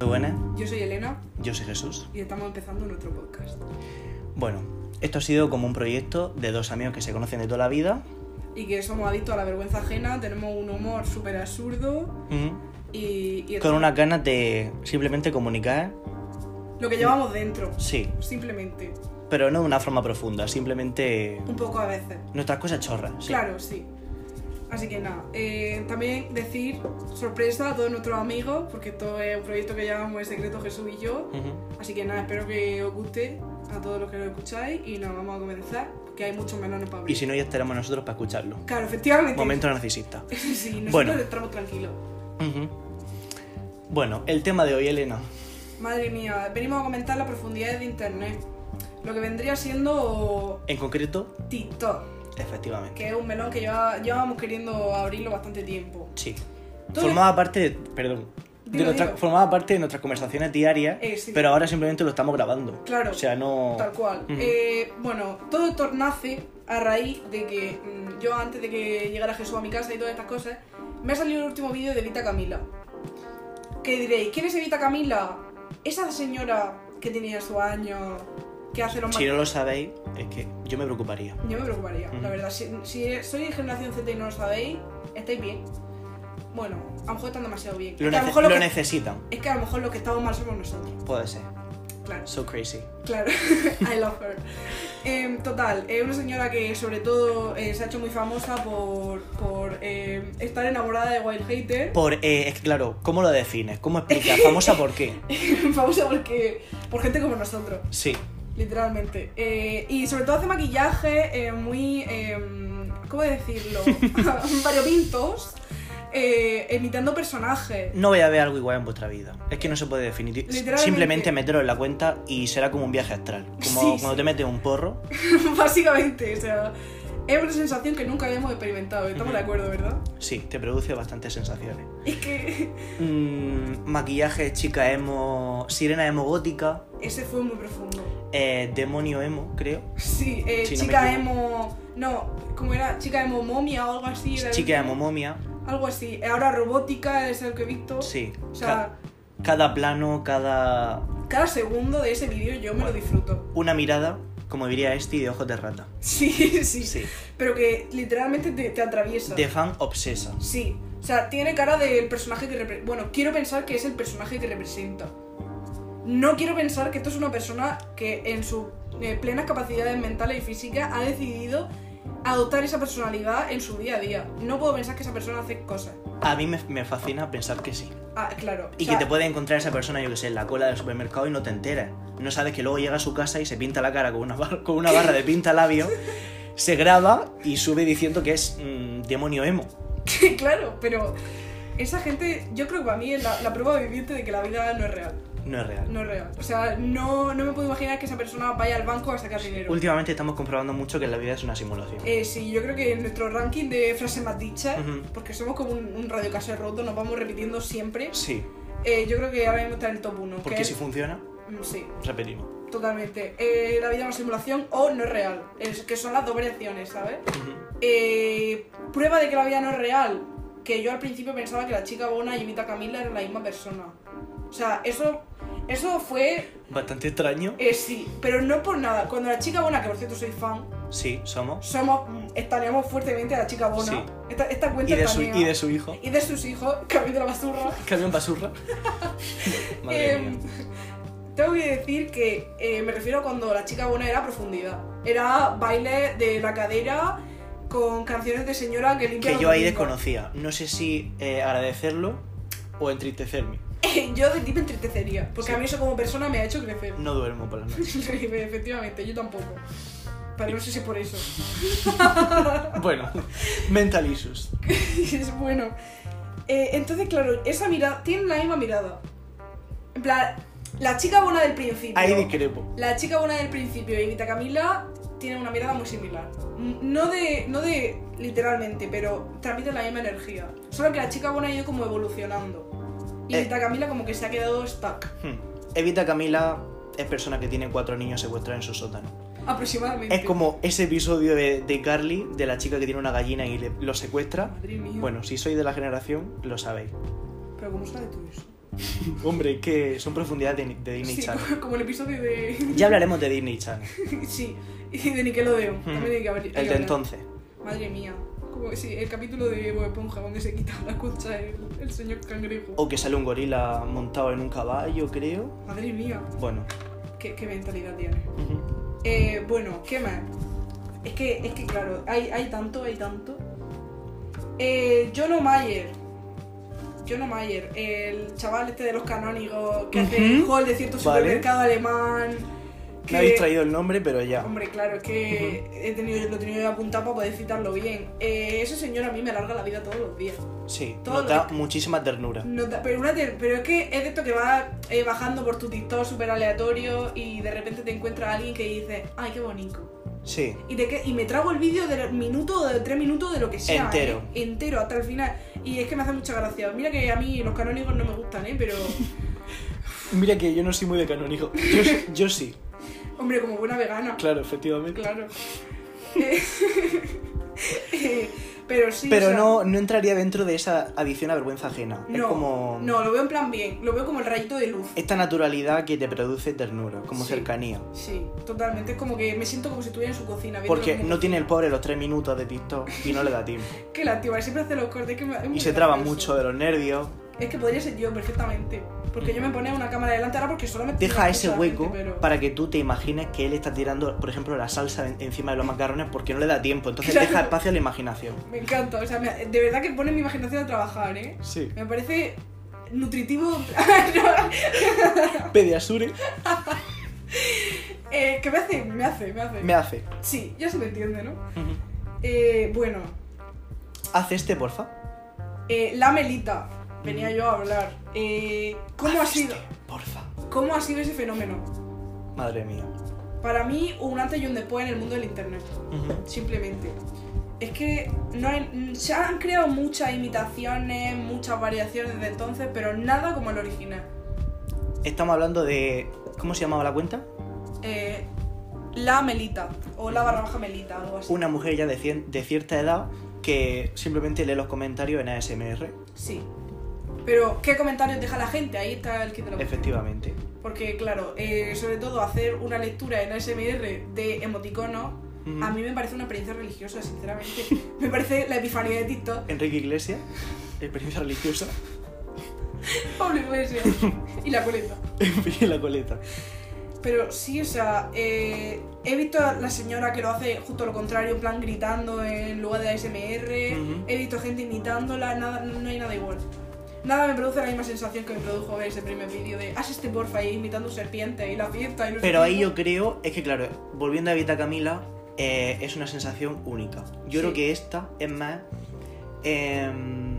N. Yo soy Elena Yo soy Jesús. y estamos empezando nuestro podcast. Bueno, esto ha sido como un proyecto de dos amigos que se conocen de toda la vida. Y que somos adictos a la vergüenza ajena, tenemos un humor súper absurdo mm, y, y Con unas ganas de simplemente comunicar. lo que llevamos dentro, Sí, simplemente, pero no de una forma profunda, simplemente un poco a veces. nuestras cosas chorras. sí. Claro, sí. Así que nada, eh, también decir sorpresa a todos nuestros amigos, porque esto es un proyecto que llevamos en secreto Jesús y yo. Ujú. Así que nada, espero que os guste a todos los que lo escucháis y nada, vamos a comenzar, que hay muchos melones para abrir. Y si no, ya estaremos nosotros para escucharlo. Claro, efectivamente. Momento narcisista. sí, nosotros Bueno. entramos tranquilos. Ujú. Bueno, el tema de hoy, Elena. Madre mía, venimos a comentar las profundidades de Internet. Lo que vendría siendo En concreto, TikTok, efectivamente. que es un melón que lleva- llevábamos queriendo abrirlo bastante tiempo. Sí. Todo- Formaba parte de. Perdón. de Dilo, nuestra- dilo. formaba parte de nuestras conversaciones diarias, Eh, sí. pero ahora simplemente lo estamos grabando. Claro. O sea, no. Tal cual. Ujú. Eh, bueno, todo esto nace a raíz de que mm, yo antes de que llegara Jesús a mi casa y todas estas cosas, me ha salido el último vídeo de Evita Camila. Que diréis, ¿quién es Evita Camila? Esa señora que tenía su año, que hace los Si no lo sabéis, es que yo me preocuparía. Yo me preocuparía, Ujú. la verdad. Si, si soy de generación Z y no lo sabéis, estáis bien. Bueno, a lo mejor están demasiado bien. Lo, es, que a nece- lo mejor lo lo que- necesitan. es que a lo mejor los que estamos mal somos nosotros. Puede ser. Claro, So crazy. claro. I love her. Em, total, es una señora que sobre todo eh, se ha hecho muy famosa por, por em, estar enamorada de Wild Hater. Por, eh, es que claro, ¿cómo lo defines? ¿Cómo explicas? ¿Famosa por qué? famosa porque, por gente como nosotros. Sí. Literalmente. Eh, y sobre todo hace maquillaje eh, muy. em, ¿Cómo decirlo? Variopintos. eh, imitando personajes. No voy a ver algo igual en vuestra vida. Es que no se puede definir. Literalmente. Simplemente meteros en la cuenta y será como un viaje astral. Como Sí, cuando sí. te metes un porro. Básicamente, o sea. Es una sensación que nunca habíamos experimentado, estamos de Ujú. acuerdo, ¿verdad? Sí, te produce bastantes sensaciones. Es que Mm, maquillaje, chica emo. Sirena emo gótica. ese fue muy profundo. eh, demonio emo, creo. Sí, eh, Sí, no me chica equivoco. emo. No, ¿cómo era? Chica emo momia o algo así. era el- Chica emo momia. Algo así. Ahora robótica es el que he visto. Sí. Oh, O Ca- sea, cada plano, cada. cada segundo de ese vídeo yo me lo disfruto. Una mirada, como diría este, de ojos de rata. Sí, sí. Sí. Pero que literalmente te, te atraviesa. De fan obsesa. Sí. O sea, tiene cara del personaje que representa. Bueno, quiero pensar que es el personaje que representa. No quiero pensar que esto es una persona que en sus eh, plenas capacidades mentales y físicas ha decidido adoptar esa personalidad en su día a día. No puedo pensar que esa persona hace cosas. A mí me, me fascina pensar que sí. Ah, claro. o Y sea, que te puede encontrar esa persona, yo que sé, en la cola del supermercado y no te enteras. No sabes que luego llega a su casa y se pinta la cara con una, bar- con una barra de pinta labio, se graba y sube diciendo que es mm, demonio emo. claro, pero esa gente, yo creo que para mí es la, la prueba viviente de que la vida no es real. No es real. No es real. O sea, no, no me puedo imaginar que esa persona vaya al banco a sacar dinero. Últimamente estamos comprobando mucho que la vida es una simulación. Eh, sí, yo creo que en nuestro ranking de frases más dichas, Ujú. porque somos como un, un radiocase roto, nos vamos repitiendo siempre, Sí, eh, yo creo que ahora mismo está en el top 1. porque si funciona, Mm, Sí, repetimos. totalmente. Eh, la vida es una simulación o no es real, es que son las dos variaciones, ¿sabes? Ujú. Eh, prueba de que la vida no es real, que yo al principio pensaba que la chica Bona y Evita Camila eran la misma persona. O sea, eso, eso fue... Bastante extraño. eh, sí, pero no por nada. Cuando la chica Bona, que por cierto soy fan, Sí, somos. somos estaneamos fuertemente a la chica Bona. Sí. Esta, esta cuenta Y de, su, estanea. y de su hijo. Y de sus hijos, Camino de la Basurra. Camión basurra. Madre Em, mía. Tengo que decir que eh, me refiero a cuando la chica Bona era profundidad. Era baile de la cadera con canciones de señora que limpia Que los yo ahí domingos. desconocía. No sé si eh, agradecerlo o entristecerme. yo de ti me entristecería, porque Sí. a mí eso como persona me ha hecho crecer. No duermo por la noche. Efectivamente, yo tampoco. Pero no sé si por eso. Bueno, mental issues. es bueno. Eh, entonces, claro, esa mirada. Tienen la misma mirada. En plan, la chica Bona del principio. Ahí discrepo. La chica buena del principio y Vita Camila tienen una mirada muy similar. M- No de, no de literalmente, pero transmiten la misma energía. Solo que la chica buena ha ido como evolucionando. Y Eh. Vita Camila como que se ha quedado stuck. Hmm. Evita Camila es persona que tiene cuatro niños secuestrados en su sótano. Aproximadamente. Es como ese episodio de, de Carly, de la chica que tiene una gallina y le- lo secuestra. Madre mía. Bueno, si sois de la generación, lo sabéis. Pero ¿cómo sabes tú eso? Hombre, que son profundidad de, de Disney Sí, Channel. como- como el episodio de. Ya hablaremos de Disney Channel. sí, y de Nickelodeon. También hay que haber- hay Hmm. que El de hablar. entonces. Madre mía. Como, sí, el capítulo de Bob Esponja donde se quita la concha el, el señor cangrejo. O que sale un gorila montado en un caballo, creo. Madre mía, Bueno. qué, qué mentalidad tiene. ujú. Eh, bueno, ¿qué más? Es que, es que claro, hay, hay tanto, hay tanto. Eh, Jono Mayer. Jono Mayer, el chaval este de los canónigos que hace el Ujú. hall de cierto Vale. supermercado alemán. Me habéis traído el nombre, pero ya. Hombre, claro, es que he tenido, lo he tenido que apuntar para poder citarlo bien. Eh, ese señor a mí me alarga la vida todos los días. Sí, todo nos lo da que- muchísima ternura. No da- pero, una ter- pero es que es de esto que va eh, bajando por tu TikTok súper aleatorio y de repente te encuentras a alguien que dice, ay, qué bonito. Sí. Y, te que- y me trago el vídeo del minuto, de tres minutos, de lo que sea. Entero. ¿eh? Entero, hasta el final. Y es que me hace mucha gracia. Mira que a mí los canónigos no me gustan, ¿eh? Pero, Mira que yo no soy muy de canónigo. Yo, yo sí, hombre, como buena vegana. claro, efectivamente. Claro. Eh, eh, pero sí. o Pero sea, no, no entraría dentro de esa adición a vergüenza ajena. no, es como No, lo veo en plan bien. Lo veo como el rayito de luz. esta naturalidad que te produce ternura, como Sí. cercanía. Sí, totalmente. Es como que me siento como si estuviera en su cocina. viendo Porque cómo no tiene el pobre los tres minutos de TikTok y no le da tiempo. Qué lástima, siempre hace los cortes que me- es muy Y se traba gracioso. mucho eh. de los nervios. Es que podría ser yo perfectamente. Porque yo me ponía una cámara delante ahora porque solo me Deja me ese escucha la hueco gente, pero- para que tú te imagines que él está tirando, por ejemplo, la salsa en- encima de los macarrones porque no le da tiempo. Entonces Claro. deja espacio a la imaginación. Me encanta, o sea, me- de verdad que pone mi imaginación a trabajar, ¿eh? Sí. Me parece nutritivo. Pediasure eh, que me hace, me hace, me hace. me hace. Sí, ya se me entiende, ¿no? Eh, bueno, Haz este, porfa. eh, la Melita, venía yo a hablar. Eh, ¿Cómo ha Haz sido? este, porfa. ¿Cómo ha sido ese fenómeno? Madre mía. Para mí, un antes y un después en el mundo del internet. Ujú. simplemente. Es que no hay- mm, se han creado muchas imitaciones, muchas variaciones desde entonces, pero nada como el original. Estamos hablando de. ¿Cómo se llamaba la cuenta? Eh, la Melita, o la barra baja Melita, algo así. Una mujer ya de, cien- de cierta edad que simplemente lee los comentarios en ASMR. Sí. Pero, ¿qué comentarios deja la gente? Ahí está el kit de la cuestión. Efectivamente. Porque, claro, eh, sobre todo hacer una lectura en ASMR de emoticonos, Ujú. a mí me parece una experiencia religiosa, sinceramente. me parece la epifanía de TikTok. Enrique Iglesias, experiencia religiosa, Pablo Iglesias. y la coleta. en fin, la coleta. Pero sí, o sea, eh, he visto a la señora que lo hace justo lo contrario, en plan gritando en lugar de ASMR. Ujú. He visto gente imitándola, nada, no hay nada igual. Nada me produce la misma sensación que me produjo ver ese primer vídeo de haz este porfa y imitando serpiente y la fiesta y no sé Pero qué". ahí yo creo, es que claro, volviendo a Evita Camila, eh, es una sensación única. Yo Sí. creo que esta es más em,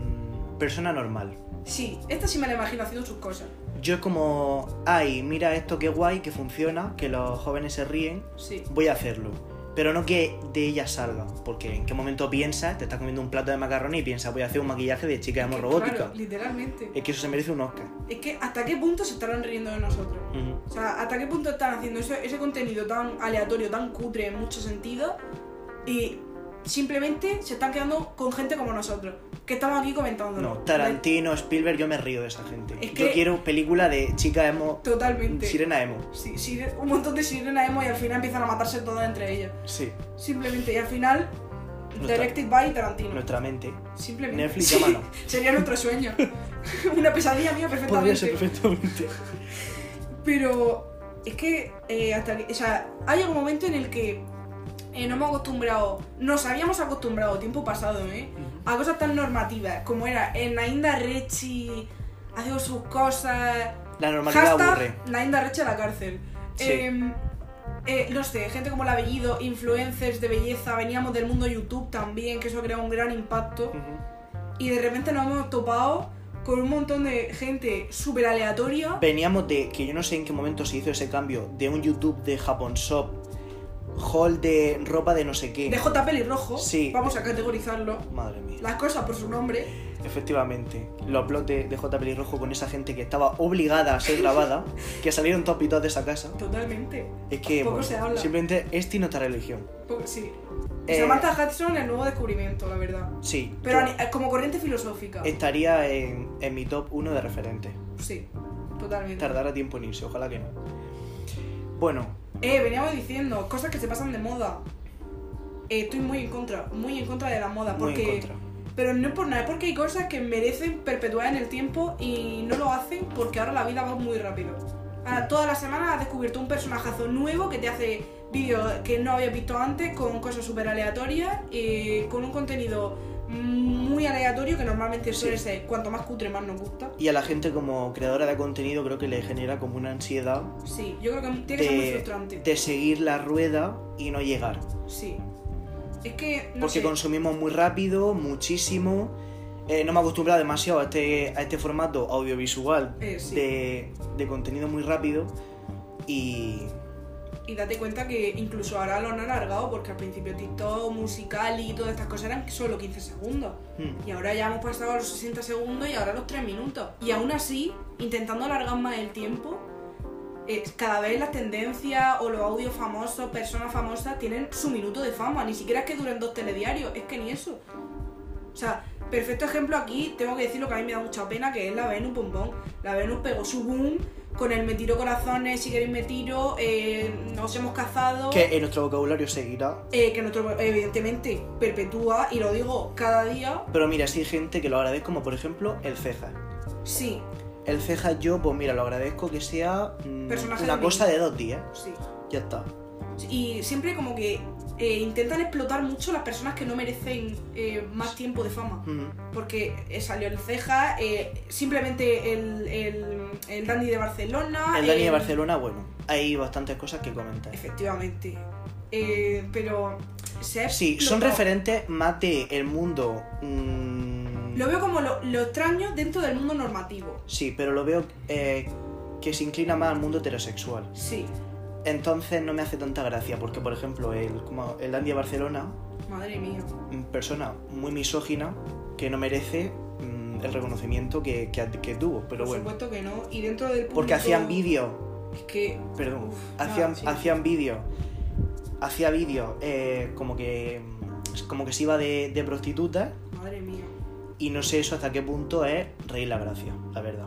persona normal. Sí, esta sí me la imagino haciendo sus cosas. Yo es como, ay, mira esto qué guay, que funciona, que los jóvenes se ríen, Sí. voy a hacerlo. Pero no que de ella salga, porque en qué momento piensas, te estás comiendo un plato de macarrones y piensas, voy a hacer un maquillaje de chica emo Que, robótica. claro, literalmente. Es que eso se merece un Oscar. Es que hasta qué punto se estarán riendo de nosotros. Ujú. O sea, ¿hasta qué punto están haciendo eso- ese contenido tan aleatorio, tan cutre en muchos sentidos? Y simplemente se están quedando con gente como nosotros, que estamos aquí comentándolo. No, Tarantino, Spielberg, yo me río de esa gente. Es Yo que- quiero película de chica emo, Totalmente. sirena emo. Sí, sire- un montón de sirenas emo y al final empiezan a matarse todas entre ellas. Sí. Simplemente, y al final, Nuestra- Directed by Tarantino. Nuestra mente. Simplemente. Netflix, Sí, llámalo. Sería nuestro sueño. Una pesadilla mía perfectamente. Podría ser perfectamente. Pero es que eh, hasta que- o sea, hay algún momento en el que eh, no hemos acostumbrado, nos habíamos acostumbrado tiempo pasado, ¿eh? A cosas tan normativas como era el Nainda Rechi haciendo sus cosas. La normalidad aburre. Nainda Rechi a la cárcel. Sí. Em, eh, no sé, gente como el Abellido, influencers de belleza, veníamos del mundo YouTube también, que eso ha creado un gran impacto Ujú. y de repente nos hemos topado con un montón de gente súper aleatoria. Veníamos de que yo no sé en qué momento se hizo ese cambio de un YouTube de Japón Shop, haul de ropa de no sé qué. de J. Pelirrojo, Sí. vamos a categorizarlo, Madre mía. las cosas por su nombre, Efectivamente, los blogs de, de J. Pelirrojo con esa gente que estaba obligada a ser grabada, que salieron top y top de esa casa. totalmente. Es que Poco bueno, este se habla. simplemente es nuestra religión. Po- Sí. Eh, Samantha Hudson, el nuevo descubrimiento, la verdad. Sí. Pero yo Eh. ani- eh, como corriente filosófica. estaría en, en mi top 1 de referente. Sí, totalmente. Tardará tiempo en irse, ojalá que no. Bueno, Eh, veníamos diciendo cosas que se pasan de moda. Eh, estoy muy en contra, muy en contra de la moda. muy Porque, en contra. Pero no por nada, es porque hay cosas que merecen perpetuar en el tiempo y no lo hacen porque ahora la vida va muy rápido. Ah, Ahora, toda la semana has descubierto un personajazo nuevo que te hace vídeos que no habías visto antes con cosas súper aleatorias y con un contenido muy aleatorio que normalmente suele ser cuanto más cutre más nos gusta. Y a la gente como creadora de contenido creo que le genera como una ansiedad Sí, yo creo que tiene que ser muy de, frustrante. de seguir la rueda y no llegar. Sí. Es que no porque sé, consumimos muy rápido, muchísimo. Eh, no me he acostumbrado demasiado a este, a este formato audiovisual Eh, sí. de, de contenido muy rápido y Y date cuenta que incluso ahora lo han alargado porque al principio TikTok, musical y todas estas cosas eran solo 15 segundos. hmm, Y ahora ya hemos pasado a los 60 segundos y ahora a los 3 minutos. Y aún así, intentando alargar más el tiempo, eh, cada vez las tendencias o los audios famosos, personas famosas, tienen su minuto de fama. Ni siquiera es que duren dos telediarios, es que ni eso. O sea, perfecto ejemplo aquí, tengo que decir lo que a mí me da mucha pena, que es la Venus Bombón. La Venus pegó su boom con el me tiro corazones, si queréis me tiro, eh, nos hemos cazado que en nuestro vocabulario seguirá. eh, que nuestro, evidentemente perpetúa, y lo digo cada día, Pero mira, sí hay gente que lo agradezco, como por ejemplo el Ceja. sí, El Ceja yo, pues mira, lo agradezco que sea mm, Personaje una de cosa de dos días. sí. Ya está. Y siempre como que eh, intentan explotar mucho las personas que no merecen eh, más tiempo de fama. Hmm. Porque eh, salió el Ceja, eh, simplemente el, el, el Dandy de Barcelona. El Dani de eh, Barcelona, bueno, hay bastantes cosas que comentar. Efectivamente. Eh, pero se ha Sí, son explotado. referentes más de el mundo. mm, Lo veo como lo, lo extraño dentro del mundo normativo. Sí, pero lo veo eh, que se inclina más al mundo heterosexual. Sí, Entonces no me hace tanta gracia, porque por ejemplo el, como el Dandy de Barcelona, madre mía. mm, persona muy misógina, que no merece mm, el reconocimiento que, que- que tuvo, pero Por bueno. supuesto que no. Y dentro del público... Porque hacían vídeos, Es que... perdón, Uf, hacían, nada, sí. hacían vídeos, hacía vídeos eh, como que como que se iba de, de prostituta Madre mía. y no sé eso hasta qué punto es reír la gracia, la verdad.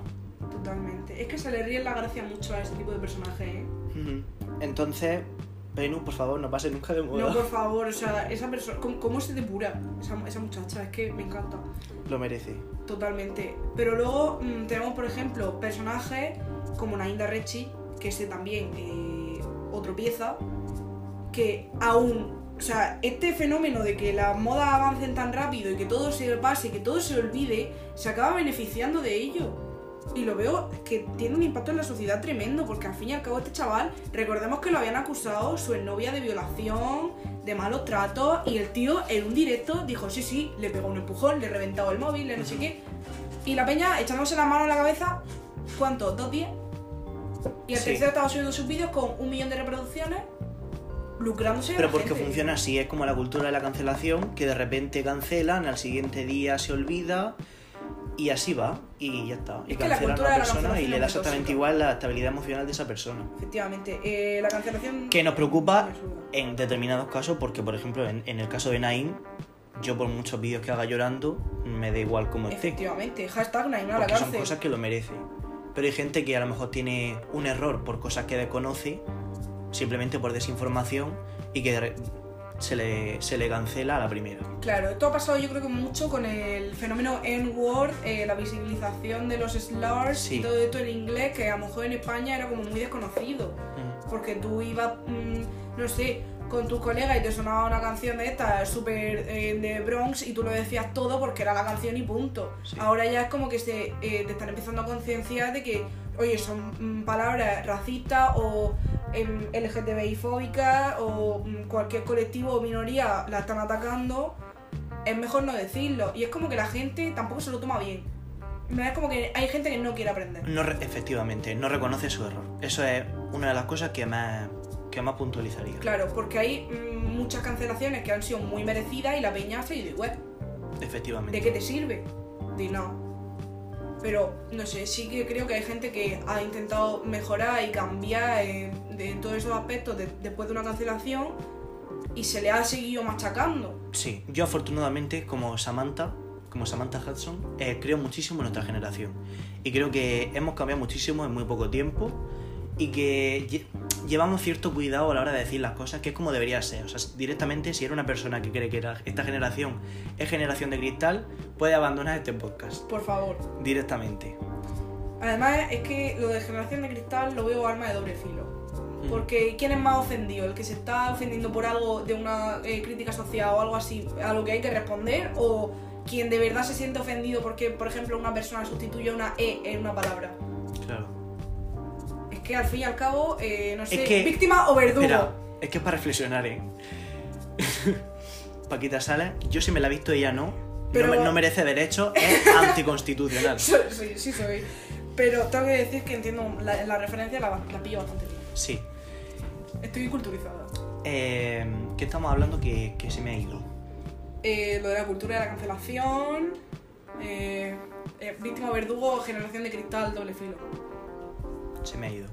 Totalmente. Es que se le ríe la gracia mucho a este tipo de personajes, ¿eh? Ujú. Entonces, Venus, por favor, no pase nunca de moda. No, por favor, o sea, esa persona, ¿cómo, cómo se depura esa, esa muchacha? Es que me encanta, Lo merece. totalmente. Pero luego mm, tenemos, por ejemplo, personajes como Nainda Rechi, que es también eh, otro pieza, que aún, o sea, este fenómeno de que las modas avancen tan rápido y que todo se pase, que todo se olvide, se acaba beneficiando de ello. Y lo veo que tiene un impacto en la sociedad tremendo, porque al fin y al cabo este chaval, recordemos que lo habían acusado su novia de violación, de malos tratos, y el tío en un directo dijo, sí, sí, le pegó un empujón, le he reventado el móvil, le no sé qué. Y la peña echándose la mano a la cabeza, ¿cuántos? ¿Dos días? Y el Sí. tercero estaba subiendo sus vídeos con un millón de reproducciones, lucrándose. de Pero la porque gente. funciona así, es como la cultura de la cancelación, que de repente cancelan, al siguiente día se olvida y así va, y ya está. Y Es que la cancelan a cultura una de la persona y cancelación le es da muy exactamente tóxica. igual la estabilidad emocional de esa persona. Efectivamente, eh, la cancelación... Que nos preocupa Me suda. en determinados casos, porque por ejemplo, en, en el caso de Naim, yo por muchos vídeos que haga llorando, me da igual cómo esté. Efectivamente, hashtag Naima a la Porque son cárcel. cosas que lo merecen. Pero hay gente que a lo mejor tiene un error por cosas que desconoce, simplemente por desinformación, y que de re- se le, se le cancela a la primera. Claro, esto ha pasado yo creo que mucho con el fenómeno N-word, eh, la visibilización de los slurs Sí. y todo esto en inglés, que a lo mejor en España era como muy desconocido. Mm. Porque tú ibas, mm, no sé, con tus colegas y te sonaba una canción de esta, súper eh, de Bronx, y tú lo decías todo porque era la canción y punto. Sí. Ahora ya es como que se, eh, te están empezando a concienciar de que, oye, son mm, palabras racistas o em, LGTBI fóbicas o mm, cualquier colectivo o minoría la están atacando. Es mejor no decirlo. Y es como que la gente tampoco se lo toma bien. En verdad Es como que hay gente que no quiere aprender. No re- efectivamente, no reconoce su error. Eso es una de las cosas que más, que más puntualizaría. Claro, porque hay mm, muchas cancelaciones que han sido muy merecidas y la peña se ha ido igual. Efectivamente. ¿De qué te sirve? De nada. Pero, no sé, sí que creo que hay gente que ha intentado mejorar y cambiar eh, de todos esos aspectos de- después de una cancelación y se le ha seguido machacando. Sí, yo afortunadamente como Samantha, como Samantha Hudson, eh, creo muchísimo en nuestra generación. Y creo que hemos cambiado muchísimo en muy poco tiempo y que lle- llevamos cierto cuidado a la hora de decir las cosas, que es como debería ser. O sea, directamente si era una persona que cree que era- esta generación es generación de cristal, puede abandonar este podcast. Por favor. Directamente. Además, es que lo de generación de cristal lo veo arma de doble filo. Mm. Porque ¿quién es más ofendido? ¿El que se está ofendiendo por algo de una eh, crítica social o algo así a lo que hay que responder? ¿O quien de verdad se siente ofendido porque, por ejemplo, una persona sustituye una E en una palabra? Claro. Es que al fin y al cabo, eh, no sé, que- víctima o verdugo. Mira, es que es para reflexionar, ¿eh? Paquita Salas, yo si me la he visto, ella no. Pero- No, me- no merece derecho, es anticonstitucional. Sí, sí, sí soy. Pero tengo que decir que entiendo la, la referencia, la, la pillo bastante bien. Sí. Estoy culturizada. Eh, ¿Qué estamos hablando que, que se me ha ido? Eh, lo de la cultura de la cancelación, eh, eh, víctima o verdugo, generación de cristal, doble filo. Se me ha ido.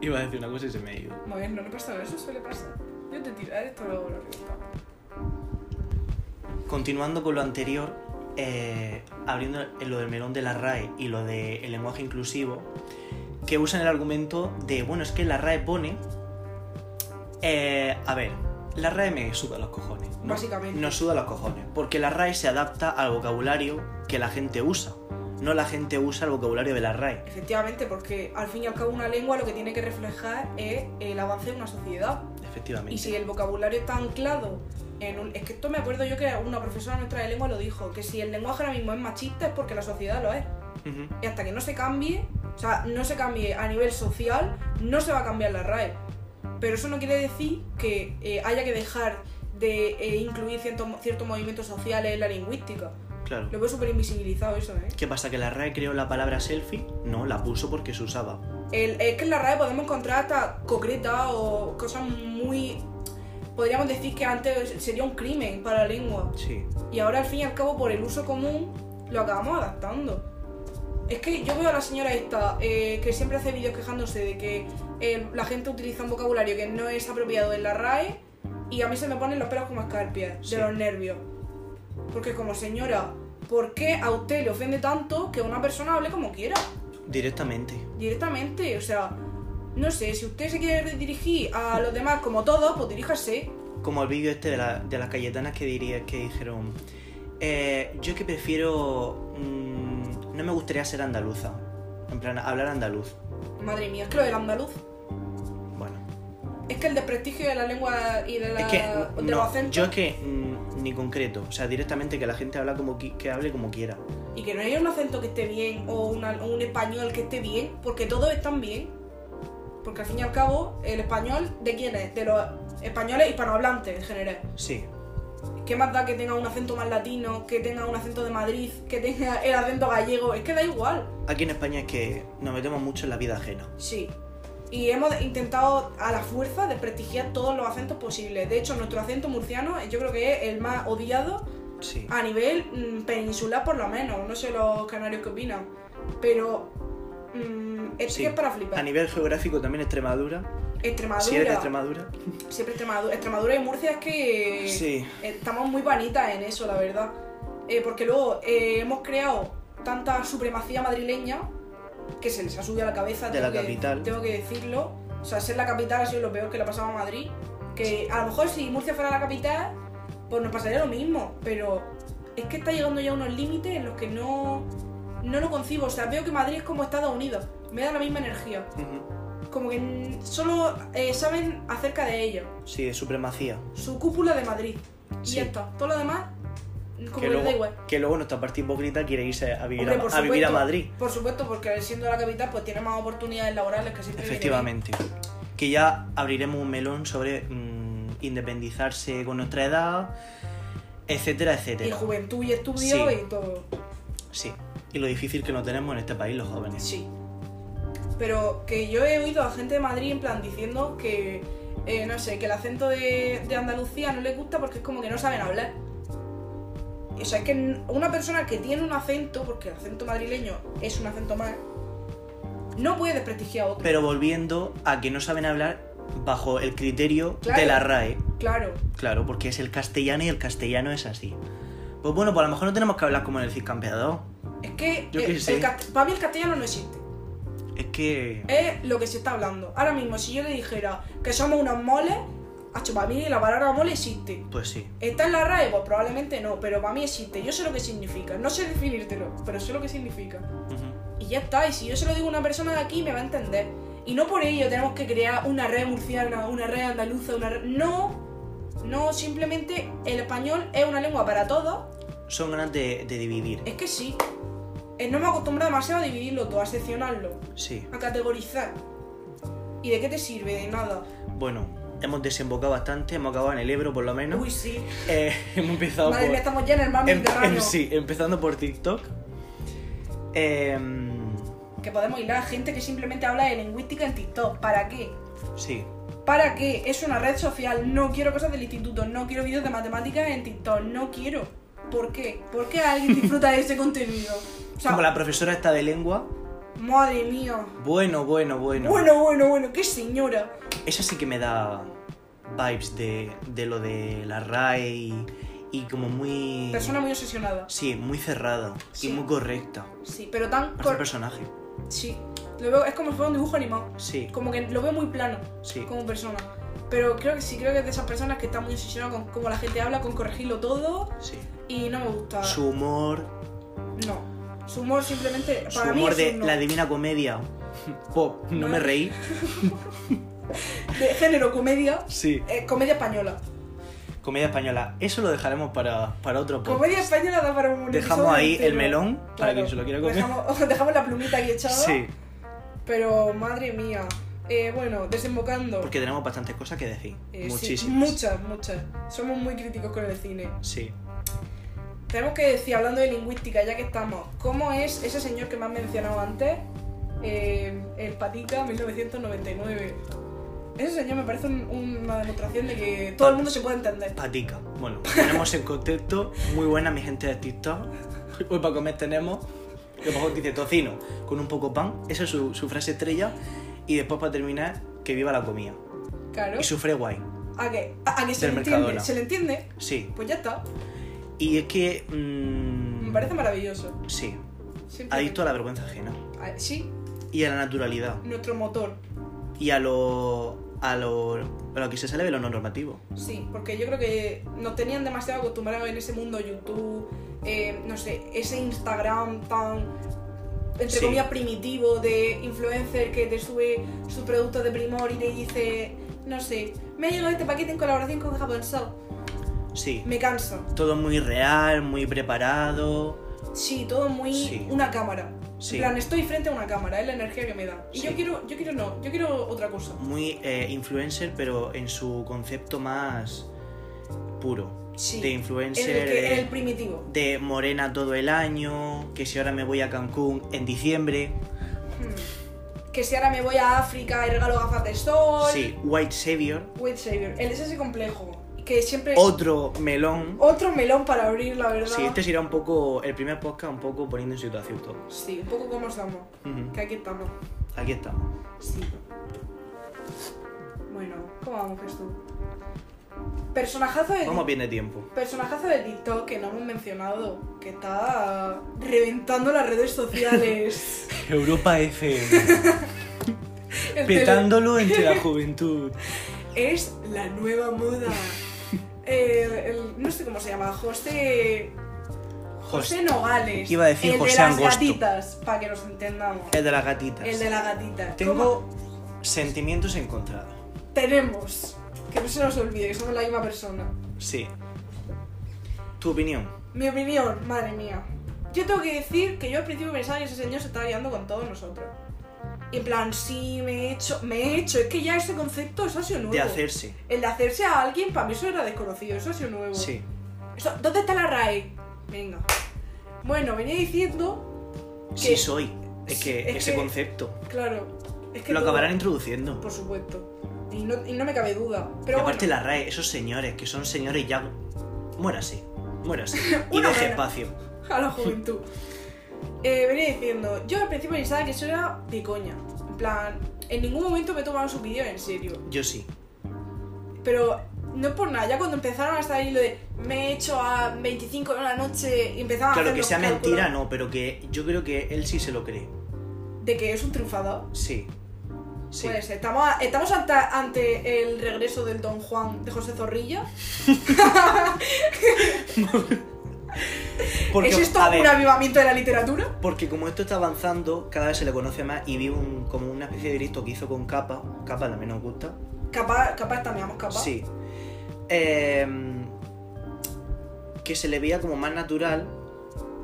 Iba a decir una cosa y se me ha ido. Muy bien, no le pasa nada, eso suele pasar. Yo te tiraré esto lo, lo recortamos. Continuando con lo anterior, eh, abriendo lo del melón de la RAE y lo del lenguaje inclusivo, que usan el argumento de, bueno, es que la RAE pone... eh, a ver, la RAE me suda los cojones. ¿no? Básicamente. Nos suda los cojones, porque la RAE se adapta al vocabulario que la gente usa, no la gente usa el vocabulario de la RAE. Efectivamente, porque al fin y al cabo una lengua lo que tiene que reflejar es el avance de una sociedad. Efectivamente. Y si el vocabulario está anclado en un... Es que esto me acuerdo yo que una profesora nuestra de lengua lo dijo, que si el lenguaje ahora mismo es machista es porque la sociedad lo es. Ujú. Y hasta que no se cambie, o sea, no se cambie a nivel social, no se va a cambiar la RAE. Pero eso no quiere decir que eh, haya que dejar de eh, incluir ciertos ciertos movimientos sociales en la lingüística. Claro. Lo veo súper invisibilizado eso, ¿eh? ¿Qué pasa? ¿Que la RAE creó la palabra selfie? No, la puso porque se usaba. El- es que en la RAE podemos encontrar hasta concretas o cosas muy... Podríamos decir que antes sería un crimen para la lengua. Sí. Y ahora al fin y al cabo por el uso común lo acabamos adaptando. Es que yo veo a la señora esta eh, que siempre hace vídeos quejándose de que eh, la gente utiliza un vocabulario que no es apropiado en la RAE y a mí se me ponen los pelos como escarpias Sí. de los nervios. Porque como señora, ¿por qué a usted le ofende tanto que una persona hable como quiera? Directamente. Directamente, o sea, no sé, si usted se quiere dirigir a los demás como todos, pues diríjase. Como el vídeo este de, la- de las Cayetanas que, diría, que dijeron, eh, yo es que prefiero... mm, no me gustaría ser andaluza. En plan, hablar andaluz. Madre mía, es que lo del andaluz Bueno. Es que el desprestigio de la lengua y de, la, es que... mm, de no, los acentos. yo es que... mm, ni concreto. O sea, directamente que la gente habla como qui- que hable como quiera. Y que no haya un acento que esté bien o una- o un español que esté bien, porque todos están bien. Porque al fin y al cabo, el español, ¿de quién es? De los españoles hispanohablantes en general. Sí. ¿Qué más da que tenga un acento más latino, que tenga un acento de Madrid, que tenga el acento gallego? Es que da igual. Aquí en España es que nos metemos mucho en la vida ajena. Sí. Y hemos intentado a la fuerza desprestigiar todos los acentos posibles. De hecho, nuestro acento murciano eh, yo creo que es el más odiado Sí. a nivel mm, peninsular por lo menos, no sé los canarios qué opinan, pero mm, es Sí. que es para A flipar. nivel geográfico también Extremadura. Extremadura, Si eres de Extremadura. siempre Extremadura, Extremadura y Murcia es que Sí. estamos muy vanitas en eso, la verdad, Eh, porque luego eh, hemos creado tanta supremacía madrileña que se les ha subido a la cabeza. De la tengo que- capital. Tengo que decirlo, o sea, ser la capital ha sido lo peor que le ha pasado a Madrid, que a lo mejor si Murcia fuera la capital, pues nos pasaría lo mismo, pero es que está llegando ya a unos límites en los que no, no lo concibo. O sea, veo que Madrid es como Estados Unidos, me da la misma energía. Ujú. Como que mm, solo eh, saben acerca de ello, Sí, de supremacía. su cúpula de Madrid. Y Sí. ya está, todo lo demás, mm, como que, que, les da luego, igual. que luego nuestra parte hipócrita quiere irse a vivir, Hombre, a, por a vivir a supuesto. Madrid. Por supuesto, porque siendo la capital, pues tiene más oportunidades laborales que siempre. viene bien. Efectivamente. Que ya abriremos un melón sobre mm, independizarse con nuestra edad, etcétera, Y etcétera. juventud y estudio Sí. y todo. sí. Y lo difícil que no tenemos en este país los jóvenes. Sí. Pero que yo he oído a gente de Madrid en plan diciendo que, eh, no sé, que el acento de, de Andalucía no les gusta porque es como que no saben hablar. O sea, es que n- una persona que tiene un acento, porque el acento madrileño es un acento más, no puede desprestigiar a otro. Pero volviendo a que no saben hablar, bajo el criterio Claro. de la RAE. Claro. Claro, porque es el castellano y el castellano es así. Pues bueno, pues a lo mejor no tenemos que hablar como en el Cid Campeador. Es que, Yo eh, qué el sé. cast- para mí el castellano no existe. Es que... Es lo que se está hablando. Ahora mismo, si yo le dijera que somos unos moles, hacho, para mí la palabra mole existe. Pues sí. ¿Está en la RAE? Pues probablemente no, pero para mí existe. Yo sé lo que significa. No sé definírtelo, pero sé lo que significa. Ujú. Y ya está, y si yo se lo digo a una persona de aquí, me va a entender. Y no por ello tenemos que crear una red murciana, una red andaluza, una red... No, no, simplemente el español es una lengua para todos. Son ganas de, de dividir. Es que sí. Eh, No me acostumbro demasiado a dividirlo todo, a seccionarlo, Sí. a categorizar. ¿Y de qué te sirve? De nada. Bueno, hemos desembocado bastante, hemos acabado en el Ebro por lo menos. Uy, sí. Eh, hemos empezado Madre por... mía, estamos ya en el mar em- Mediterráneo. em- sí, empezando por TikTok. Em, Que podemos hilar a gente que simplemente habla de lingüística en TikTok. ¿Para qué? sí, ¿Para qué? Es una red social. No quiero cosas del instituto. No quiero vídeos de matemáticas en TikTok. No quiero. ¿Por qué? ¿Por qué alguien disfruta de ese contenido? O sea, como la profesora está de lengua. madre mía. Bueno, bueno, bueno. Bueno, bueno, bueno. Qué señora. Eso sí que me da vibes de, de lo de la RAE y, y como muy... Persona muy obsesionada. Sí, muy cerrada Sí. y muy correcta. Sí, pero tan... Para cor- el personaje. Sí. Lo veo, es como si fuera un dibujo animado. Sí, Como que lo veo muy plano sí. como persona. Pero creo que sí, creo que es de esas personas que están muy obsesionadas con cómo la gente habla, con corregirlo todo. sí. Y no me gusta. Su humor, No. Su humor simplemente... su Para mí humor es de un no. la divina comedia. Pop, no, No. me reí. de género comedia. Sí. eh, comedia española. Comedia española. Eso lo dejaremos para, para otro podcast. Comedia española da para un Dejamos episodio ahí el entero. melón para Claro. quien se lo quiera comer. Dejamos, dejamos la plumita aquí echada. Sí, Pero madre mía. Eh, bueno, desembocando. porque tenemos bastantes cosas que decir. Eh, sí, Muchísimas. muchas, muchas. Somos muy críticos con el cine. Sí. Tenemos que decir, hablando de lingüística, ya que estamos, ¿cómo es ese señor que me has mencionado antes? Eh, el Patica 1999. Ese señor me parece un- una demostración de que todo el mundo se puede entender. Patica. Bueno, tenemos en contexto. Muy buena mi gente de TikTok. Hoy para comer tenemos. Lo mejor dice tocino con un poco pan. Esa es su, su frase estrella. Y después para terminar, que viva la comida. Claro. Y sufre guay. ¿A que, a, a que se Del le entiende? Mercadona. ¿Se le entiende? Sí. Pues ya está. Y es que. mm, Me parece maravilloso. Sí. Siempre- Adicto a la vergüenza ajena. Ah, Sí, Y a la naturalidad. nuestro motor. Y a lo. a lo. a lo que se sale de lo no normativo. Sí, porque yo creo que nos tenían demasiado acostumbrados en ese mundo YouTube, eh, no sé, ese Instagram tan, entre Sí. comillas, primitivo de influencer que te sube su producto de primor y te dice, no sé, me ha llegado este paquete en colaboración con Japón Shop. Sí. Me canso. Todo muy real, muy preparado. Sí, todo muy... Sí. una cámara. Sí. En plan, estoy frente a una cámara, es la energía que me da. Y yo Sí. quiero, yo quiero no, yo quiero otra cosa. muy eh, influencer, pero en su concepto más puro. Sí. De El, influencer, eh. que, el de, primitivo. de morena todo el año, que si ahora me voy a Cancún en diciembre. Hmm. Que si ahora me voy a África y regalo gafas de sol. Sí, White Savior. Wait Savior. Él es ese complejo. Que siempre. Otro melón. Otro melón para abrir, la verdad. Sí, este será un poco, el primer podcast un poco poniendo en situación todo. Sí, un poco como estamos. Ujú. Que aquí estamos. Aquí estamos. Sí. Bueno, ¿cómo vamos, Jesús? Personajazo de. Vamos bien de tiempo. Personajazo de TikTok que no hemos mencionado. Que está reventando las redes sociales. Europa FM, El tele- petándolo entre la juventud. Es la nueva moda. Eh, el- no sé cómo se llama, José. José Nogales. Iba a decir el José de las Angosto. gatitas, para que nos entendamos. El de las gatitas. El de la gatita. Tengo ¿Cómo? sentimientos encontrados. Tenemos. Que no se nos olvide que somos la misma persona. Sí. Tu opinión. Mi opinión, madre mía. Yo tengo que decir que yo al principio pensaba que ese señor se estaba guiando con todos nosotros. Y en plan, sí, me he hecho, me he hecho. Es que ya ese concepto, eso ha sido nuevo. De hacerse. El de hacerse a alguien, para mí eso era desconocido, eso ha sido nuevo. Sí. Eso- ¿Dónde está la RAE? Venga. Bueno, venía diciendo, Sí soy. Es que Es ese que- concepto. claro, es que Lo todo- acabarán introduciendo. Por supuesto. Y no, y no me cabe duda. Y Pero aparte bueno, la RAE, esos señores que son señores ya. Muérase. Muérase. Y Una deje pena. espacio. a la juventud. Eh, venía diciendo, yo al principio pensaba que eso era de coña. En plan, en ningún momento me tomaron su vídeo en serio. Yo sí. Pero no es por nada, ya cuando empezaron a estar ahí lo de me he hecho a 25 de la noche y empezaban a Claro, Ah, hacer que los sea cálculos mentira no, pero que yo creo que él sí se lo cree. De que es un triunfador. Sí. Sí. Puede ser. Estamos, estamos ante, ante el regreso del Don Juan de José Zorrilla. porque, ¿Es esto a ver, un avivamiento de la literatura? porque como esto está avanzando, cada vez se le conoce más y vi un, como una especie de directo que hizo con Capa. Capa también nos gusta. Capaz, capaz tameamos, capaz. Sí. Em, que se le veía como más natural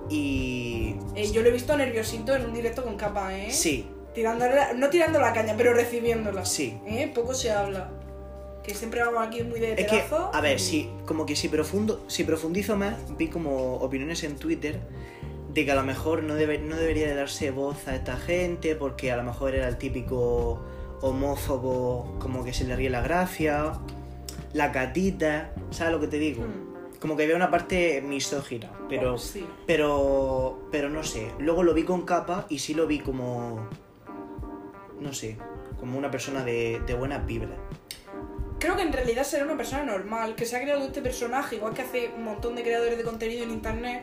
y... Eh, yo lo he visto nerviosito en un directo con capa, ¿eh? Sí, Tirándole la- no tirando la caña, pero recibiéndola. sí. ¿Eh? Poco se habla. Que siempre vamos aquí muy de Es que, este pedazo. a ver, sí, como que si, profundo, si profundizo más, vi como opiniones en Twitter de que a lo mejor no, debe- no debería de darse voz a esta gente porque a lo mejor era el típico homófobo como que se le ríe la gracia, la catita, ¿sabes lo que te digo? Mm. Como que había una parte misógina, pero, Pues Sí. pero, pero no sé. Luego lo vi con capa y sí lo vi como, no sé, como una persona de, de buena vibra. Creo que en realidad será una persona normal, que se ha creado este personaje, igual que hace un montón de creadores de contenido en internet,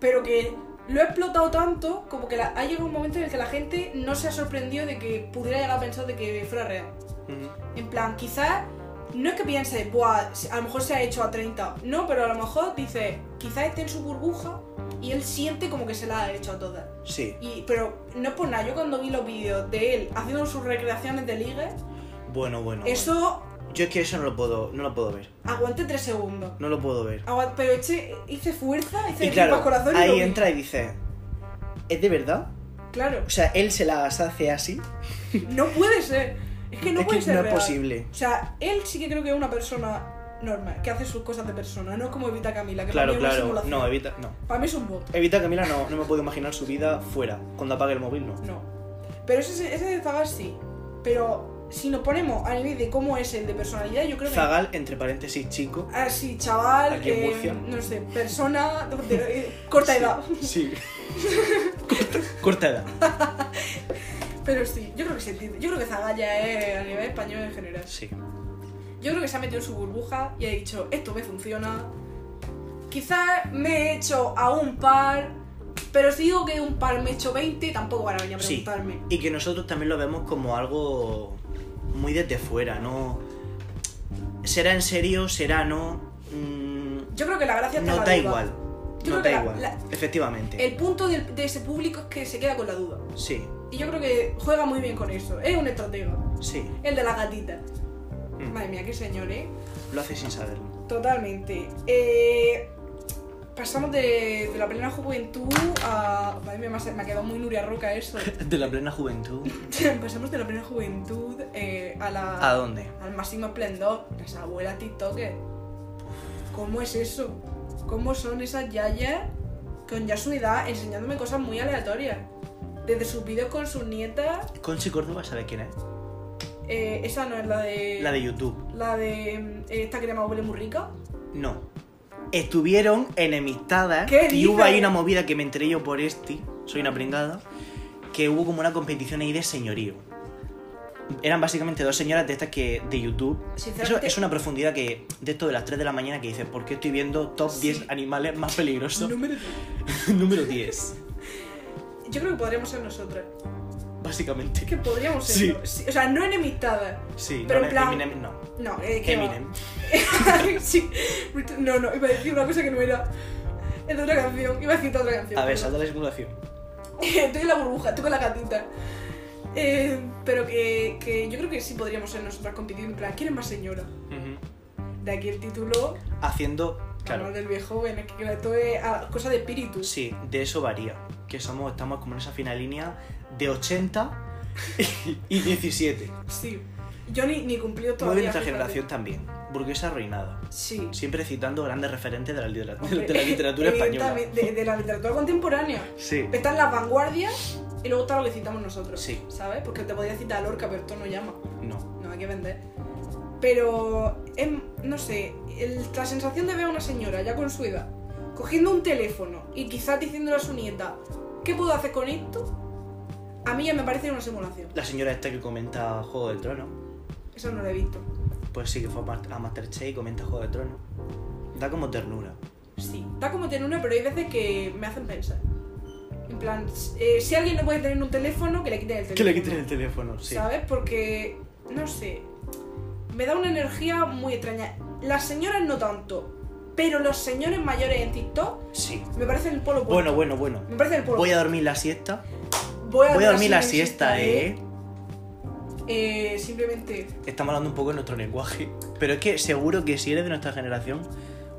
pero que lo ha explotado tanto como que la- ha llegado un momento en el que la gente no se ha sorprendido de que pudiera llegar a pensar de que fuera real. Ujú. En plan, quizás no es que piense, Buah, a lo mejor se ha hecho a 30, no, pero a lo mejor dice, quizás esté en su burbuja y él siente como que se la ha hecho a todas. Sí. Y, pero no es por nada, yo cuando vi los vídeos de él haciendo sus recreaciones de ligue, Bueno, bueno. eso bueno. Yo es que eso no lo puedo, no lo puedo ver. aguante 3 segundos. No lo puedo ver. Agua- Pero este hice fuerza, hice Y tripas claro, corazón y lo ahí vi. entra y dice, ¿es de verdad? Claro, O sea, él se las hace así. no puede ser. Es que no es puede que ser no real. es posible. O sea, él sí que creo que es una persona normal, que hace sus cosas de persona, no como Evita Camila, que Claro, para mí es claro. una simulación. No, evita, no. Para mí es un bot. Evita Camila no, no me puedo imaginar su vida fuera. Cuando apague el móvil, no. No. Pero ese, ese de Zagal sí. Pero si nos ponemos a nivel de cómo es el de personalidad, yo creo que... Zagal, entre paréntesis, chico. Ah, sí, chaval, Aquí en eh, Murcia. no sé, persona, de- eh, corta edad. Sí. corta, corta edad. Pero sí, yo creo que se entiende. Yo creo que Zagal ya es a nivel español en general. Sí. Yo creo que se ha metido en su burbuja y ha dicho, esto me funciona. Quizás me he hecho a un par, pero si digo que un par me he hecho 20, tampoco van a venir a Sí. preguntarme. Y que nosotros también lo vemos como algo muy desde fuera, ¿no? ¿Será en serio? ¿Será no? Mm, Yo creo que la gracia está en no la da duda. igual. Yo No creo que da la- igual. la- Efectivamente. El punto del- de, ese público es que se queda con la duda. Sí, Y yo creo que juega muy bien con eso. Es un estratega. sí. El de la gatita. Mm. Madre mía, qué señor, ¿eh? Lo hace sin saberlo. Totalmente. Eh, pasamos de, de la plena juventud a... Madre mía, me ha- me ha quedado muy Nuria Roca eso. De la plena juventud. Pasamos de la primera juventud eh, a la, ¿A dónde? al máximo esplendor. Las abuelas TikTokers. ¿Cómo es eso? ¿Cómo son esas yayas con ya su edad enseñándome cosas muy aleatorias? Desde sus vídeos con sus nietas. Conchi Córdoba, ¿sabes quién es? eh, esa no es la de. La de YouTube. la de, mm, esta crema huele muy rica. No. Estuvieron enemistadas. ¿Qué y hubo dices? ahí una movida que me enteré yo por este. Soy una pringada. Que hubo como una competición ahí de señorío. Eran básicamente dos señoras de estas que de YouTube. Eso Sinceramente- es una profundidad que de esto de las 3 de la mañana que dices, ¿por qué estoy viendo top Sí. 10 animales más peligrosos? Número tres. Número 10, Yo creo que podríamos ser nosotras. básicamente. Es que podríamos ser. Sí. ¿no? Sí, O sea, no enemistadas. Sí, Pero no, en plan- Eminem no. No, eh, que va. Eminem. sí. No, no, iba a decir una cosa que no era. Es de otra canción. Iba a decir otra canción. A ver, perdón. salta la simulación. Estoy en la burbuja, tú con la gatita. Eh, pero que, que yo creo que sí podríamos ser nosotras compitiendo. En plan, ¿quién es más señora? Ujú. De aquí el título, Haciendo. claro. Claro. del viejo, bueno, es que claro, esto es ah, cosa de espíritu. Sí, de eso varía. Que somos, estamos como en esa fina línea de 80 y 17. Sí. Yo ni, ni cumplido Muy de todavía. nuestra fíjate. generación también. Burguesa arruinada. Sí. Siempre citando grandes referentes de la, litera- de la- Hombre, de la literatura española. evidentemente, De, de la literatura contemporánea. Sí. Están las vanguardias y luego está lo que citamos nosotros. Sí. ¿Sabes? Porque te podría citar a Lorca, pero esto no llama. No. No hay que vender. Pero, em, no sé, el- la sensación de ver a una señora ya con su edad, cogiendo un teléfono y quizás diciéndole a su nieta, ¿qué puedo hacer con esto? A mí ya me parece una simulación. La señora esta que comenta Juego del Trono, Eso no lo he visto. pues sí que fue a Mar- a Masterchef y comenta Juego del Trono. Da como ternura. Sí, da como ternura, pero hay veces que me hacen pensar. En plan, eh, si alguien no puede tener un teléfono, que le quiten el teléfono. Que le quiten el teléfono, sí. ¿Sabes? Porque, no sé, me da una energía muy extraña. Las señoras no tanto, pero los señores mayores en TikTok Sí. me parecen el polo opuesto. Bueno, bueno, bueno. Me parece el polo Voy a dormir la siesta. opuesto. Voy a dormir la siesta, eh. Eh, simplemente... Estamos hablando un poco de nuestro lenguaje. Pero es que seguro que si eres de nuestra generación,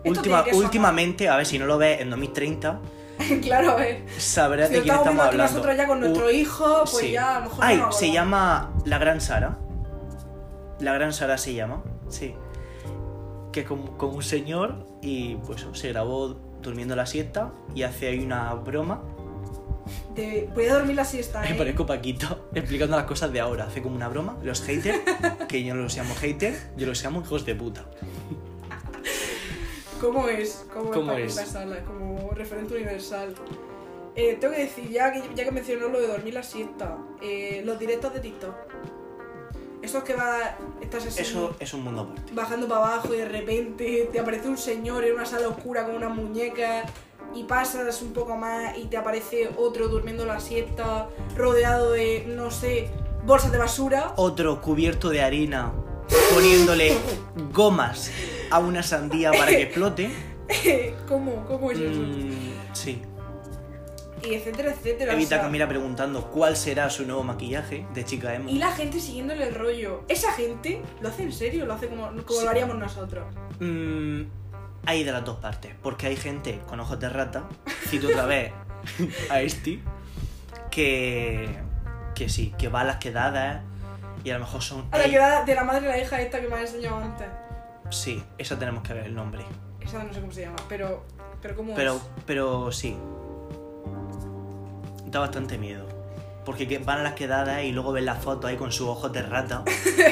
Esto última- tiene que sonar. últimamente, a ver si no lo ves en 2030, claro, a ver. sabrás Si de lo quién estamos estamos viendo aquí hablando. nosotros ya con nuestro U- hijo, pues sí. ya a lo mejor... Ay, no nos se acordamos. llama La Gran Sara. La Gran Sara se llama, sí. Que es con, con un señor y pues eso, se grabó durmiendo la siesta y hace ahí una broma. De- voy a dormir la siesta, Me eh. parezco Paquito explicando las cosas de ahora. Hace como una broma. Los haters, que yo no los llamo haters, yo los llamo hijos de puta. ¿Cómo es? ¿Cómo, ¿Cómo Paquita es? Sala como referente universal? Eh, tengo que decir, ya que, ya que mencionó lo de dormir la siesta, eh, los directos de TikTok. Esos que va, estás así Eso es un mundo aparte. bajando para abajo y de repente te aparece un señor en una sala oscura con una muñeca y pasas un poco más y te aparece otro durmiendo la siesta, rodeado de, no sé, bolsas de basura. Otro cubierto de harina poniéndole gomas a una sandía para que explote. ¿Cómo? ¿Cómo es Pues eso? Mm, sí. Y etcétera, etcétera. o Evita sea- Camila preguntando cuál será su nuevo maquillaje de chica emo. Y la gente siguiéndole el rollo. Esa gente lo hace en serio, lo hace como, como Sí. lo haríamos nosotros. Mm, hay de las dos partes, porque hay gente con ojos de rata, cito otra vez a este, que, que sí, que va a las quedadas y a lo mejor son... A la Ey, quedada de la madre y la hija esta que me has enseñado antes. Sí, esa tenemos que ver el nombre. Esa no sé cómo se llama, pero. Pero cómo Pero, es. pero sí, da bastante miedo. Porque que van a las quedadas y luego ven la foto ahí con sus ojos de rata,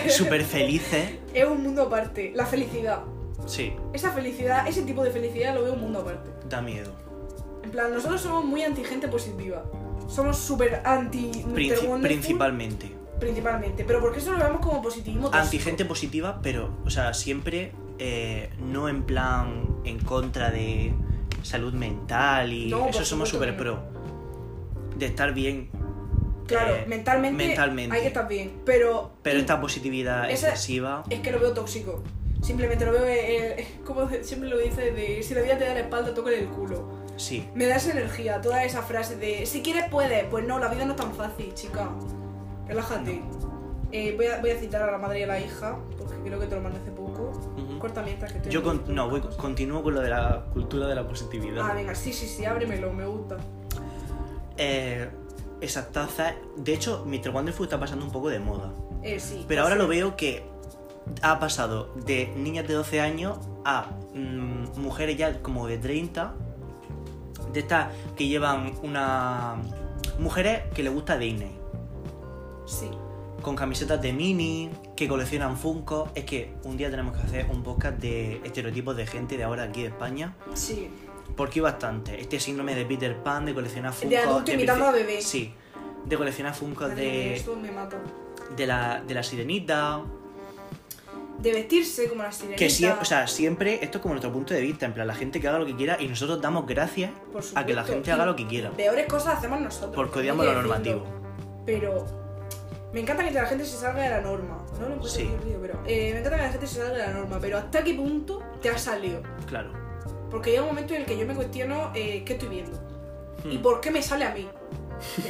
súper felices. Es un mundo aparte. La felicidad. Sí, Esa felicidad, ese tipo de felicidad lo veo un mundo aparte. da miedo. En plan, nosotros somos muy anti gente positiva. Somos súper anti. Princi- Mr. Wonderful, principalmente. Principalmente. Pero porque eso lo vemos como positivismo. Pues, tóxico. antigente positiva, pero, o sea, siempre eh, no en plan en contra de salud mental y No, por eso somos supuesto que super pro. De estar bien, Claro, eh, mentalmente, mentalmente. Hay que estar bien. Pero. pero esta positividad Esa- excesiva. Es que lo veo tóxico. Simplemente lo veo, eh, eh, como siempre lo dice, de si la vida te da la espalda, tócale el culo. Sí, Me da esa energía, toda esa frase de si quieres puedes. Pues no, la vida no es tan fácil, chica. Relájate. Eh, voy, a, voy a citar a la madre y a la hija, porque creo que te lo mandé hace poco. Ujú. Corta mientras que estoy yo con- haciendo no, voy- otras cosas. continúo con lo de la cultura de la positividad. Ah, venga, sí, sí, sí, ábremelo, me gusta. Eh, esas tazas, de hecho, Mr. Wonderful está pasando un poco de moda. Eh, sí. Pero ahora sí. lo veo que ha pasado de niñas de 12 años a mm, mujeres ya como de 30, de estas que llevan una... Mujeres que les gusta Disney, Sí. con camisetas de mini, que coleccionan Funko. Es que un día tenemos que hacer un podcast de estereotipos de gente de ahora aquí de España, Sí. porque hay bastante. Este síndrome de Peter Pan, de coleccionar Funko... adulto imitando perfe- a bebé. Sí, de coleccionar Funko Madre mía, de, Esto me mato. de, la, de la sirenita, De vestirse como la sirenita. Que sí, o sea, siempre esto es como nuestro punto de vista, en plan, la gente que haga lo que quiera y nosotros damos gracias Por a que la supuesto, gente y- haga lo que quiera, Peores cosas hacemos nosotros. porque hay odiamos que lo normativo. decirlo. pero me encanta que la gente se salga de la norma. No lo encuentro Sí. divertido, pero eh, me encanta que la gente se salga de la norma, pero ¿hasta qué punto te ha salido? Claro. Porque llega un momento en el que yo me cuestiono eh, qué estoy viendo y Hmm. por qué me sale a mí.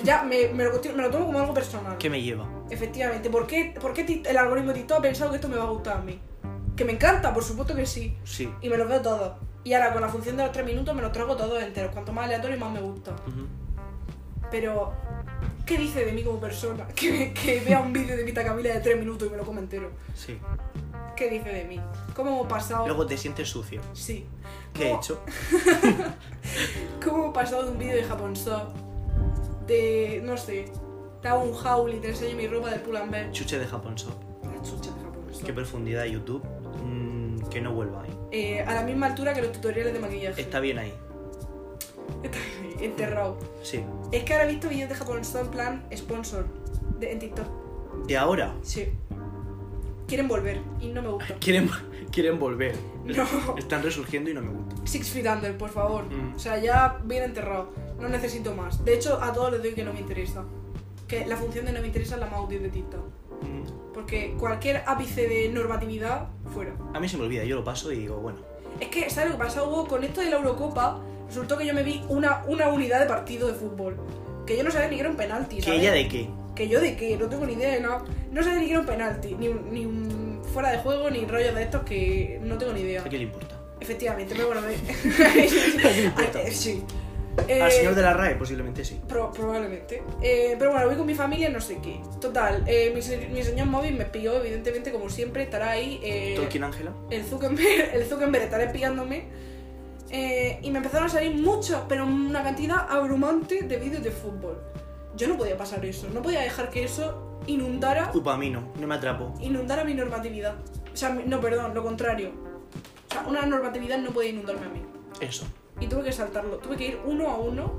ya me, me lo cuestiono- me lo tomo como algo personal. ¿Qué me lleva? Efectivamente, ¿por qué, por qué Tik- el algoritmo de TikTok ha pensado que esto me va a gustar a mí? Que me encanta, por supuesto que sí. Sí. Y me los veo todos. Y ahora con la función de los tres minutos me los trago todos enteros. Cuanto más aleatorio, más me gusta. Ujú. Pero, ¿qué dice de mí como persona? Que, que vea un vídeo de Vita Camila de 3 minutos y me lo coma entero. Sí. ¿Qué dice de mí? ¿Cómo hemos pasado? Luego te sientes sucio. Sí. ¿Qué he ¿Cómo- hecho? ¿Cómo hemos pasado de un vídeo de Japón Shop? De, no sé, te hago un haul y te enseño mi ropa de Pull and Bear. Chuche de Japón Shop. La chucha de Japón Shop. Qué profundidad YouTube. Mm, que no vuelva ahí. Eh, a la misma altura que los tutoriales de maquillaje. Está bien ahí. Está bien. enterrado. Sí. Es que ahora he visto vídeos de Japón, son en plan sponsor de- en TikTok. De ahora. Sí. Quieren volver y no me gusta. Quieren, quieren volver. No. Están resurgiendo y no me gusta. Six Feet Under, por favor. Mm. O sea, ya bien enterrado. No necesito más. De hecho, a todos les doy que no me interesa. Que la función de no me interesa es la más útil de TikTok. Mm. Porque cualquier ápice de normatividad, fuera. A mí se me olvida, yo lo paso y digo, bueno. Es que, ¿sabes lo que pasa, Hugo? Con esto de la Eurocopa, resultó que yo me vi una, una unidad de partido de fútbol. Que yo no sabía ni que era un penalti, ¿Que ¿sabes? ella de qué? Que yo de qué, no tengo ni idea de nada. No sabía ni que era un penalti, ni, un- ni un fuera de juego, ni rollos de estos que no tengo ni idea. ¿A qué le importa? Efectivamente, pero bueno, me... importa? Ah, sí. Al Eh, señor de la RAE, posiblemente sí. Pro- probablemente. Eh, pero bueno, voy con mi familia, no sé qué. Total, eh, mi, se- mi señor móvil me pilló, evidentemente, como siempre, estará ahí. eh, Tolkien Ángela. el Zuckerberg, el Zuckerberg estará espiándome. Eh, y me empezaron a salir muchos, pero una cantidad abrumante de vídeos de fútbol. Yo no podía pasar eso, no podía dejar que eso inundara, Upa, a mí no, no me atrapo. inundara mi normatividad. O sea, mi- no, perdón, lo contrario. O sea, una normatividad no podía inundarme a mí. Eso. Y tuve que saltarlo, tuve que ir uno a uno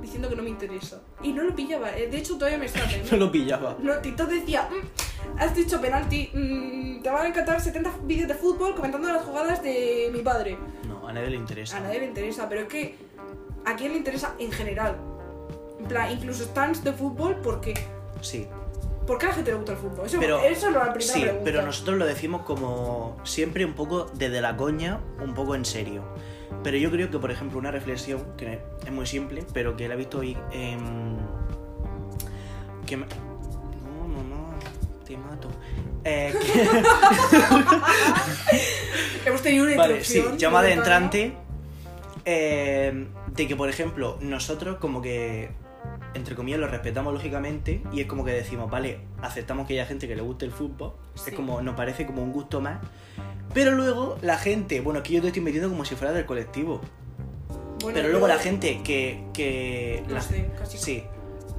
diciendo que no me interesa. Y no lo pillaba, eh, de hecho todavía me sale. ¿no? No lo pillaba. No, TikTok decía, "Mm, has dicho penalti, mm, te van a encantar 70 vídeos de fútbol comentando las jugadas de mi padre. No, a nadie le interesa. A nadie le interesa, pero es que a quién le interesa en general. En plan, incluso stands de fútbol, ¿por qué? Sí. ¿Por qué a la gente le gusta el fútbol? Eso, Pero- eso es la primera Sí, pregunta. pero nosotros lo decimos como siempre un poco desde la coña, un poco en serio. Pero yo creo que, por ejemplo, una reflexión que es muy simple, pero que la he visto hoy em, que me- No, no, no, te mato. Eh, que- Hemos tenido una Vale, sí, interrupción. llamada de momentánea. entrante. eh, de que, por ejemplo, nosotros como que, entre comillas, lo respetamos lógicamente y es como que decimos, vale, aceptamos que haya gente que le guste el fútbol, Sí. es como, nos parece como un gusto más. Pero luego la gente, bueno, aquí yo te estoy metiendo como si fuera del colectivo, Bueno, pero yo- luego la gente que... que No la- sé, casi. sí,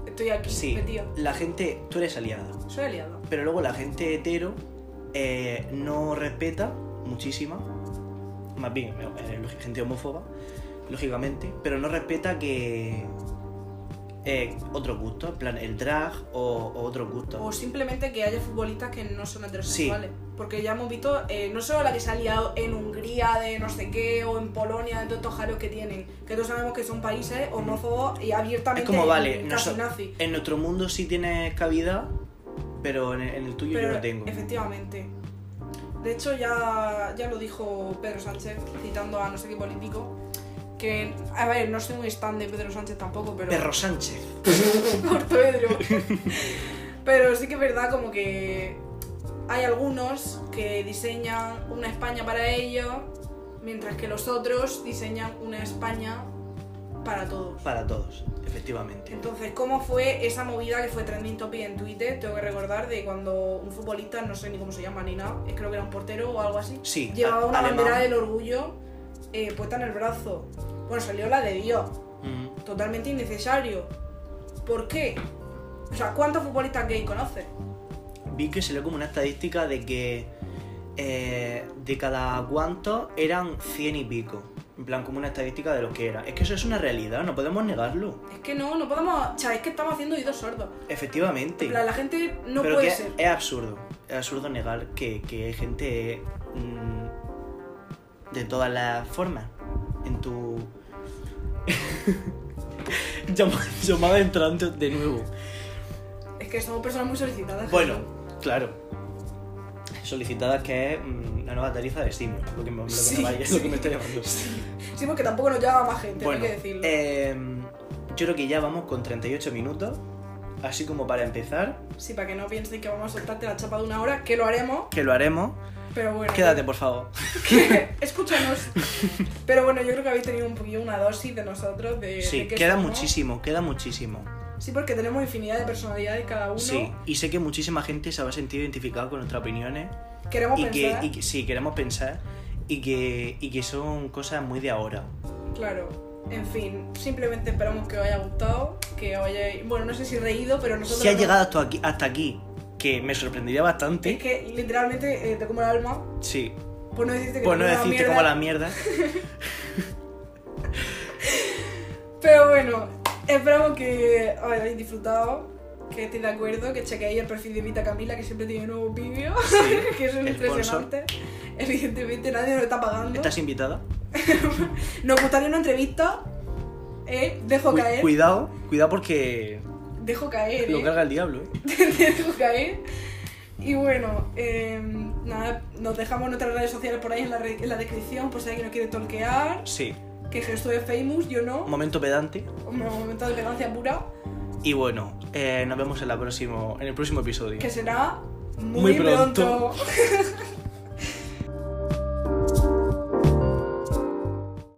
Estoy aquí, sí, metida. la gente, tú eres aliada, Soy aliada. pero luego la gente hetero eh, no respeta muchísima, más bien eh, lógi- gente homófoba, lógicamente, pero no respeta que eh, otros gustos, en plan el drag o, o otros gustos. O simplemente que haya futbolistas que no son heterosexuales. Sí. Porque ya hemos visto, eh, no solo la que se ha liado en Hungría de no sé qué, o en Polonia, de todos estos jaros que tienen, que todos sabemos que son países homófobos y es abiertamente como vale, casi noso- nazis. en nuestro mundo sí tienes cabida, pero en el, en el tuyo yo no tengo. efectivamente. De hecho, ya, ya lo dijo Pedro Sánchez, citando a no sé qué político, que, a ver, no soy muy stand de Pedro Sánchez tampoco, pero... Perro Sánchez. por Pedro. Pero sí que es verdad como que hay algunos que diseñan una España para ellos, mientras que los otros diseñan una España para todos. Para todos, efectivamente. Entonces, ¿cómo fue esa movida que fue trending topic en Twitter? Tengo que recordar de cuando un futbolista, no sé ni cómo se llama ni nada, es- creo que era un portero o algo así, Sí, llevaba a- una alemán. bandera del orgullo eh, puesta en el brazo. Bueno, salió la de Dios, Mm. totalmente innecesario. ¿Por qué? O sea, ¿cuántos futbolistas gay conoces? vi que salió como una estadística de que eh, de cada cuánto eran 100 y pico. En plan, como una estadística de lo que era. Es que eso es una realidad, no podemos negarlo. Es que no, no podemos. O sea, es que estamos haciendo oídos sordos. Efectivamente. En plan, La, gente no Pero puede que ser. es absurdo. Es absurdo negar que, que hay gente mm, de todas las formas. En tu. Llama- Llamada entrando de nuevo. Es que somos personas muy solicitadas. Bueno, Jesús. claro. Solicitadas que es mm, la nueva tarifa de simios, lo que me, lo que me Sí, vaya- lo sí. que me está llamando. Sí, porque tampoco nos llama más gente, Bueno, hay que decirlo. em, yo creo que ya vamos con 38 minutos, así como para empezar, Sí, para que no piensen que vamos a soltarte la chapa de una hora, que lo haremos, que lo haremos. pero bueno. Quédate, por favor. Escúchanos. Pero bueno, yo creo que habéis tenido un poquillo una dosis de nosotros. De, Sí, de qué queda somos. muchísimo, queda muchísimo. Sí, porque tenemos infinidad de personalidades cada uno. Sí, y sé que muchísima gente se habrá sentido identificada con nuestras opiniones Queremos y que, pensar. y que- sí, queremos pensar y que, y que son cosas muy de ahora. Claro, en fin, simplemente esperamos que os haya gustado, que os haya... Bueno, no sé si reído, pero nosotros... Si has no- llegado hasta aquí, hasta aquí, que me sorprendería bastante. Es que literalmente eh, te como el alma, Sí, por no decirte que por te no como la decirte mierda, como la mierda. Pero bueno, Bueno, esperamos que os hayáis disfrutado, que estéis de acuerdo, que chequeéis el perfil de Vita Camila, que siempre tiene nuevos vídeos, Sí, que eso es sponsor. impresionante. Evidentemente nadie nos está pagando. Estás invitada. Nos gustaría una entrevista. Eh, dejo Cu- caer. cuidado, cuidado porque Dejo caer. lo eh. carga el diablo. ¿eh? dejo caer. Y bueno, eh, nada, nos dejamos nuestras redes sociales por ahí en la, re- en la descripción, por si alguien nos quiere tolquear. Sí, Que Jesús es famous, yo no. un momento pedante. Un momento de elegancia pura, Y bueno, eh, nos vemos en, la próximo, en el próximo episodio. que será muy, Muy pronto. pronto.